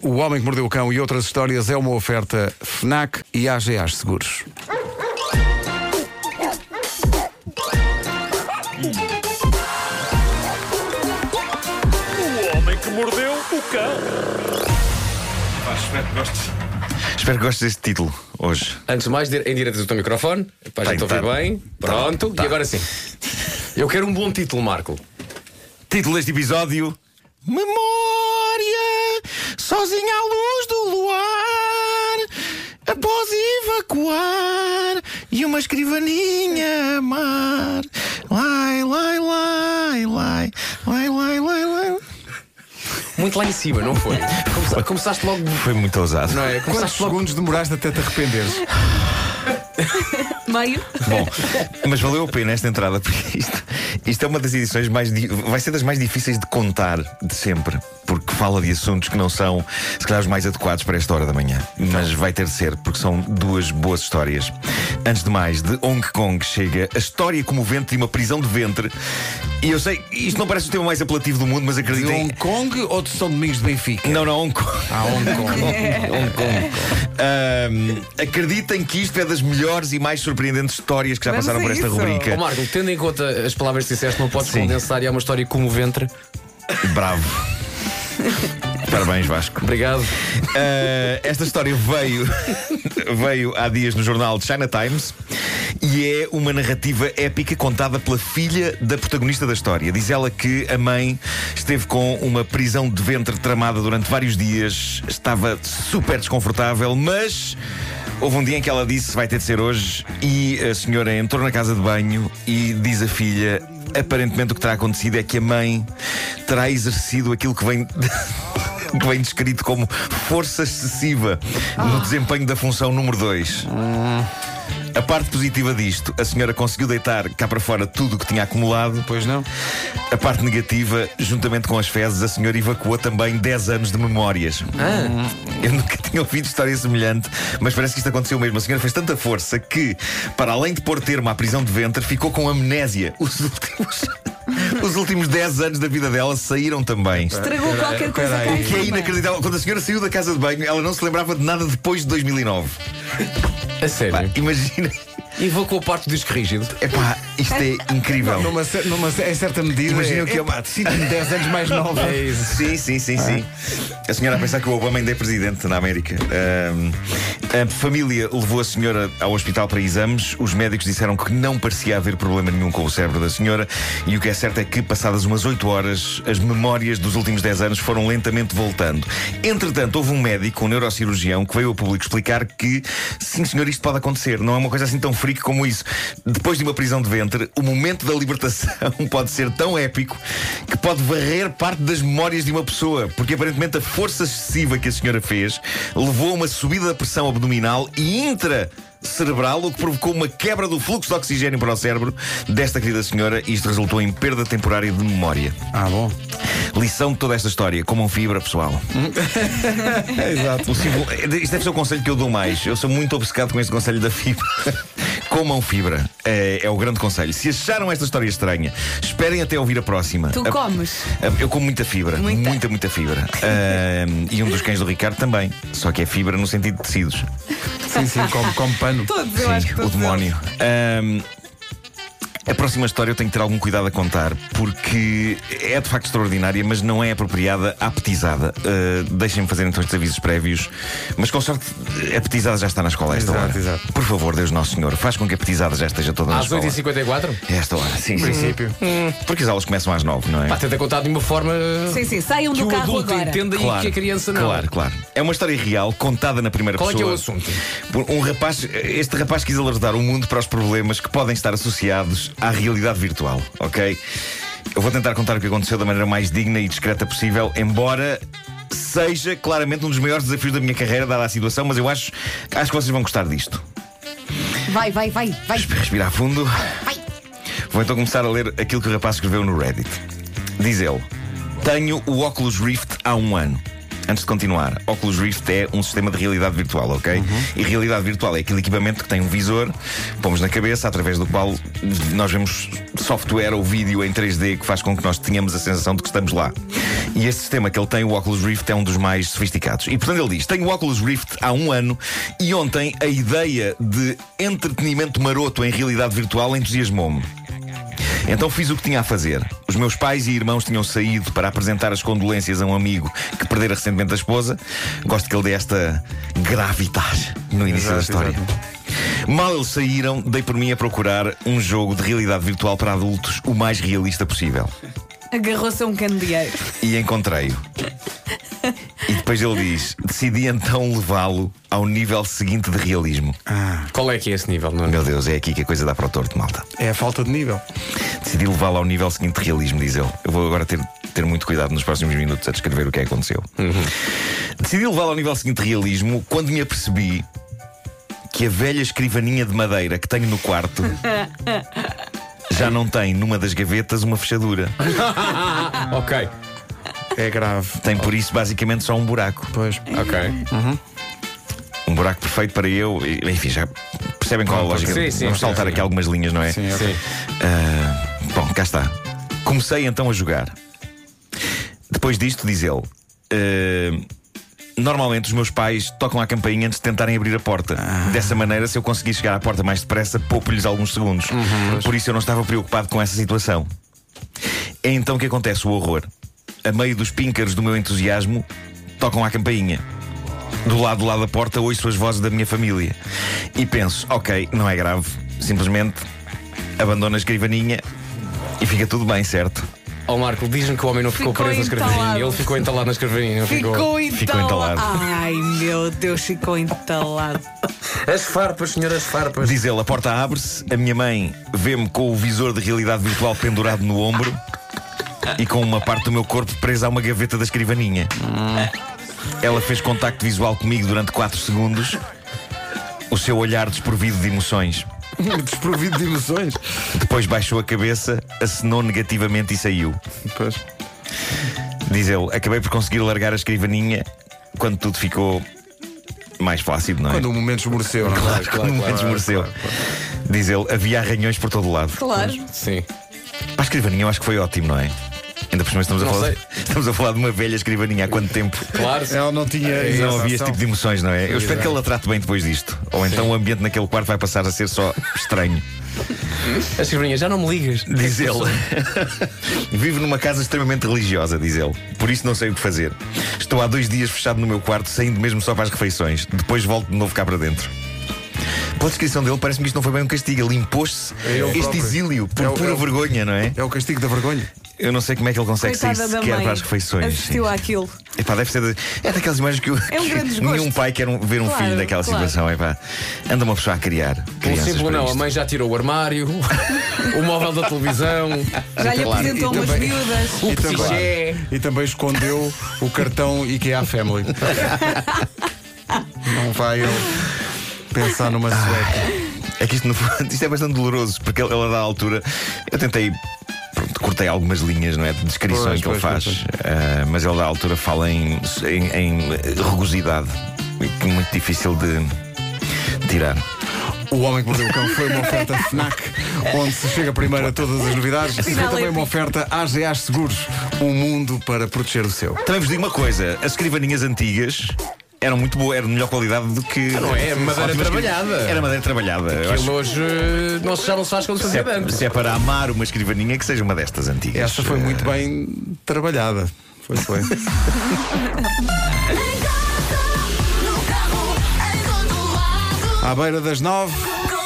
O Homem que Mordeu o Cão e outras histórias é uma oferta FNAC e AGA Seguros. O homem que mordeu o cão. espero que gostes. Espero que gostes deste título hoje. Antes de mais, dire- em direto do teu microfone, para a Tá, gente ouvir tá. bem. Tá, Pronto, tá. e agora sim. Eu quero um bom título, Marco. Título deste episódio: Memória, sozinha à luz do luar, após evacuar e uma escrivaninha amar. Lai, lai, lai, lai, lai, lai, lai, lai. Muito lá em cima, não foi? Começa- Começaste logo. Foi muito ousado. Não é? Começaste Quantos logo. segundos demoraste até te arrependeres? Meio. Bom, mas valeu a pena esta entrada, porque isto, isto é uma das edições mais. di- vai ser das mais difíceis de contar de sempre, porque fala de assuntos que não são, se calhar, os mais adequados para esta hora da manhã. Mas vai ter de ser, porque são duas boas histórias. Antes de mais, de Hong Kong chega a história comovente de uma prisão de ventre. E eu sei, isto não parece o tema mais apelativo do mundo, mas De acreditem. Hong Kong ou de São Domingos de Benfica? Não, não, Hong Kong. Ah, Hong Kong. Hong Kong. Ahm, acreditem que isto é das melhores e mais surpreendentes histórias que já Vamos passaram a por esta isso. rubrica. Ó, Marco, tendo em conta as palavras que disseste, não podes Sim. condensar e é uma história como o ventre. Bravo. Parabéns, Vasco. Obrigado. Ah, esta história veio, veio há dias no jornal China Times e é uma narrativa épica contada pela filha da protagonista da história. Diz ela que a mãe esteve com uma prisão de ventre tramada durante vários dias, estava super desconfortável, mas. Houve um dia em que ela disse vai ter de ser hoje e a senhora entrou na casa de banho e diz a filha aparentemente o que terá acontecido é que a mãe terá exercido aquilo que vem que vem descrito como força excessiva Ah. no desempenho da função número 2. A parte positiva disto, a senhora conseguiu deitar cá para fora tudo o que tinha acumulado. Pois não? A parte negativa, juntamente com as fezes, a senhora evacuou também 10 anos de memórias. Ah. Eu nunca tinha ouvido história semelhante, mas parece que isto aconteceu mesmo. A senhora fez tanta força que, para além de pôr termo à prisão de ventre, ficou com amnésia. Os últimos, os últimos 10 anos da vida dela saíram também. Tragou qualquer coisa cá em Que é cima. inacreditável. Quando a senhora saiu da casa de banho, ela não se lembrava de nada depois de 2009. A Pá, sério. imagina. Invocou a parte do disco rígido. Epá, isto é incrível. Numa, cer- numa cer- em certa medida. Imagina é- o que é uma- epá, Sinto-me 10 anos mais nova. Sim, sim, sim, sim. A senhora a pensar que o Obama ainda é presidente na América. Ahm, a família levou a senhora ao hospital para exames. Os médicos disseram que não parecia haver problema nenhum com o cérebro da senhora. E o que é certo é que, passadas umas 8 horas, as memórias dos últimos 10 anos foram lentamente voltando. Entretanto, houve um médico, um neurocirurgião, que veio ao público explicar que, sim, senhor, isto pode acontecer. Não é uma coisa assim tão freak como isso. Depois de uma prisão de ventre, o momento da libertação pode ser tão épico que pode varrer parte das memórias de uma pessoa, porque aparentemente a força excessiva que a senhora fez levou a uma subida da pressão abdominal e intra. Cerebral, o que provocou uma quebra do fluxo de oxigênio para o cérebro desta querida senhora, e isto resultou em perda temporária de memória. Ah, bom. Lição de toda esta história, comam fibra, pessoal. É, Exato. O símbolo- isto deve ser o conselho que eu dou mais. Eu sou muito obcecado com este conselho da fibra. Comam fibra. É, é o grande conselho. Se acharam esta história estranha, esperem até ouvir a próxima. Tu A- comes? a- eu como muita fibra. Muita, Muita. muita, fibra. Ahm, e um dos cães do Ricardo também. Só que é fibra no sentido de tecidos. Sim, sim, como, como pano. Todos, eu acho que o todos. demónio. Ahm, a próxima história eu tenho que ter algum cuidado a contar, porque é de facto extraordinária, mas não é apropriada à petizada. Ah, Deixem-me fazer então estes avisos prévios, mas com sorte, a petizada já está na escola a esta Exato, hora. exato. Por favor, Deus Nosso Senhor, faz com que a petizada já esteja toda na Às escola. 8h54? A esta hora, sim, sim. Princípio. Porque as aulas começam às nove, não é? Pá, tenta contar de uma forma. Sim, sim, saiam Que do o carro adulto agora. entenda e que a criança não. Claro, claro. É uma história real, contada na primeira Qual é que pessoa. é o assunto? Por um rapaz, este rapaz quis alertar o mundo para os problemas que podem estar associados à realidade virtual, ok? Eu vou tentar contar o que aconteceu da maneira mais digna e discreta possível, embora seja claramente um dos maiores desafios da minha carreira, dada a situação, mas eu acho, acho que vocês vão gostar disto. Vai, vai, vai, vai, Resp- Respira a fundo. vai. Vou então começar a ler aquilo que o rapaz escreveu no Reddit. Diz ele: Tenho o Oculus Rift há um ano. A Antes de continuar, Oculus Rift é um sistema de realidade virtual, ok? E realidade virtual é aquele equipamento que tem um visor, pomos na cabeça, através do qual nós vemos software ou vídeo em 3D que faz com que nós tenhamos a sensação de que estamos lá. E este sistema que ele tem, o Oculus Rift, é um dos mais sofisticados. E portanto ele diz: tenho o Oculus Rift há um ano e ontem a ideia de entretenimento maroto em realidade virtual entusiasmou-me. Então fiz o que tinha a fazer. Os meus pais e irmãos tinham saído para apresentar as condolências a um amigo que perdera recentemente a esposa. Gosto que ele dê esta gravidade no início da Exato, história. Mal eles saíram, dei por mim a procurar um jogo de realidade virtual para adultos o mais realista possível. Agarrou-se a um candeeiro. E encontrei-o. E depois ele diz: decidi então levá-lo ao nível seguinte de realismo. Qual é que é esse nível, Nuno? Meu Deus, é aqui que a coisa dá para o torto, malta. É a falta de nível. Decidi levá-lo ao nível seguinte de realismo, diz ele. Eu vou agora ter, ter muito cuidado nos próximos minutos a descrever o que é que aconteceu. Uhum. Decidi levá-lo ao nível seguinte de realismo quando me apercebi que a velha escrivaninha de madeira que tenho no quarto já não tem numa das gavetas uma fechadura. Ah. Ok, É grave. Tem por isso basicamente só um buraco. Pois. ok. Um buraco perfeito para eu. e- Enfim, já percebem qual é a lógica. Sim, sim, Vamos sim, saltar sim. aqui algumas linhas, não é? Sim, ok. Sim. Ah, bom, cá está. Comecei então a jogar. Depois disto, diz ele. ah, Normalmente os meus pais tocam a campainha antes de tentarem abrir a porta. Dessa maneira, se eu conseguir chegar à porta mais depressa, poupo-lhes alguns segundos. Por isso eu não estava preocupado com essa situação. É então que acontece o horror. A meio dos píncaros do meu entusiasmo, tocam à campainha. Do lado do lado da porta, ouço as vozes da minha família. E penso, ok, não é grave. Simplesmente abandono a escrivaninha e fica tudo bem, certo? Ó Marco, diz-me que o homem não ficou, Ficou preso na escravinha. entalado. Ele ficou entalado na escravinha. não Ficou entalado. entalado. Ai meu Deus, ficou entalado. As farpas, senhor, as farpas. Diz ele, a porta abre-se, a minha mãe vê-me com o visor de realidade virtual pendurado no ombro e com uma parte do meu corpo presa a uma gaveta da escrivaninha. Ela fez contacto visual comigo durante 4 segundos, o seu olhar desprovido de emoções. Desprovido de emoções. Depois baixou a cabeça, acenou negativamente e saiu. Pois. Diz ele, acabei por conseguir largar a escrivaninha quando tudo ficou mais fácil, não é? Quando o momento esmoreceu, não é? Claro, claro, Quando claro. esmoreceu. Diz ele, havia arranhões por todo o lado. Claro. Sim. Para a escrivaninha, eu acho que foi ótimo, não é? Ainda por cima estamos a, Não falar, sei. estamos a falar de uma velha escrivaninha há quanto tempo? Claro, É sim. Ela não tinha. É Não havia este exação. tipo de emoções, não é? Eu espero que ela trate bem depois disto. Ou então o ambiente naquele quarto vai passar a ser só estranho. um- As escravinhas, já não me ligas. Diz ele. Vivo numa casa extremamente religiosa, diz ele. Por isso não sei o que fazer. Estou há dois dias fechado no meu quarto, saindo mesmo só para as refeições. Depois volto de novo cá para dentro. Pela descrição dele, parece-me que isto não foi bem um castigo. Ele impôs-se É ele este próprio. exílio por É o- pura é o- vergonha, não é? É o castigo da vergonha. Eu não sei como é que ele consegue Coitada sair da sequer mãe. para as refeições. Assistiu àquilo. Epá, deve ser. da- É daquelas imagens que, eu, É um que grande desgosto. nenhum pai quer um- ver um Claro, filho daquela claro. situação. Epá, anda uma pessoa a criar. Pelo crianças simples para Um não, a isto. mãe já tirou o armário, o móvel da televisão. Já lhe apresentou E umas também- miúdas. E psiché. também, e também escondeu o cartão IKEA Family. Não vai eu pensar numa sueca. É que isto, no fundo, isto é bastante doloroso, porque ele- ela dá a altura. Eu tentei. Pronto, cortei algumas linhas, não é? De Pois, descrições que ele pois, faz. pois, pois. Ah, mas ele dá a altura fala em, em, em rugosidade. que é Muito difícil de tirar. O Homem que Mordeu o Cão foi uma oferta FNAC, onde se chega primeiro a todas as novidades. Foi Final também uma épico. oferta AGAs Seguros, um mundo para proteger o seu. Também vos digo uma coisa: as escrivaninhas antigas. Eram muito boas, eram de melhor qualidade do que. Ah, não é, é madeira Ótimas trabalhada. escrivaninhas. Era madeira trabalhada. Eu acho é Ele hoje eh, não se- já não se faz como se Se fazia é, antes. se é para amar uma escrivaninha, que seja uma destas antigas. Ah, Esta foi muito bem trabalhada. Foi, foi. No carro, é em todo lado. À beira das nove. Com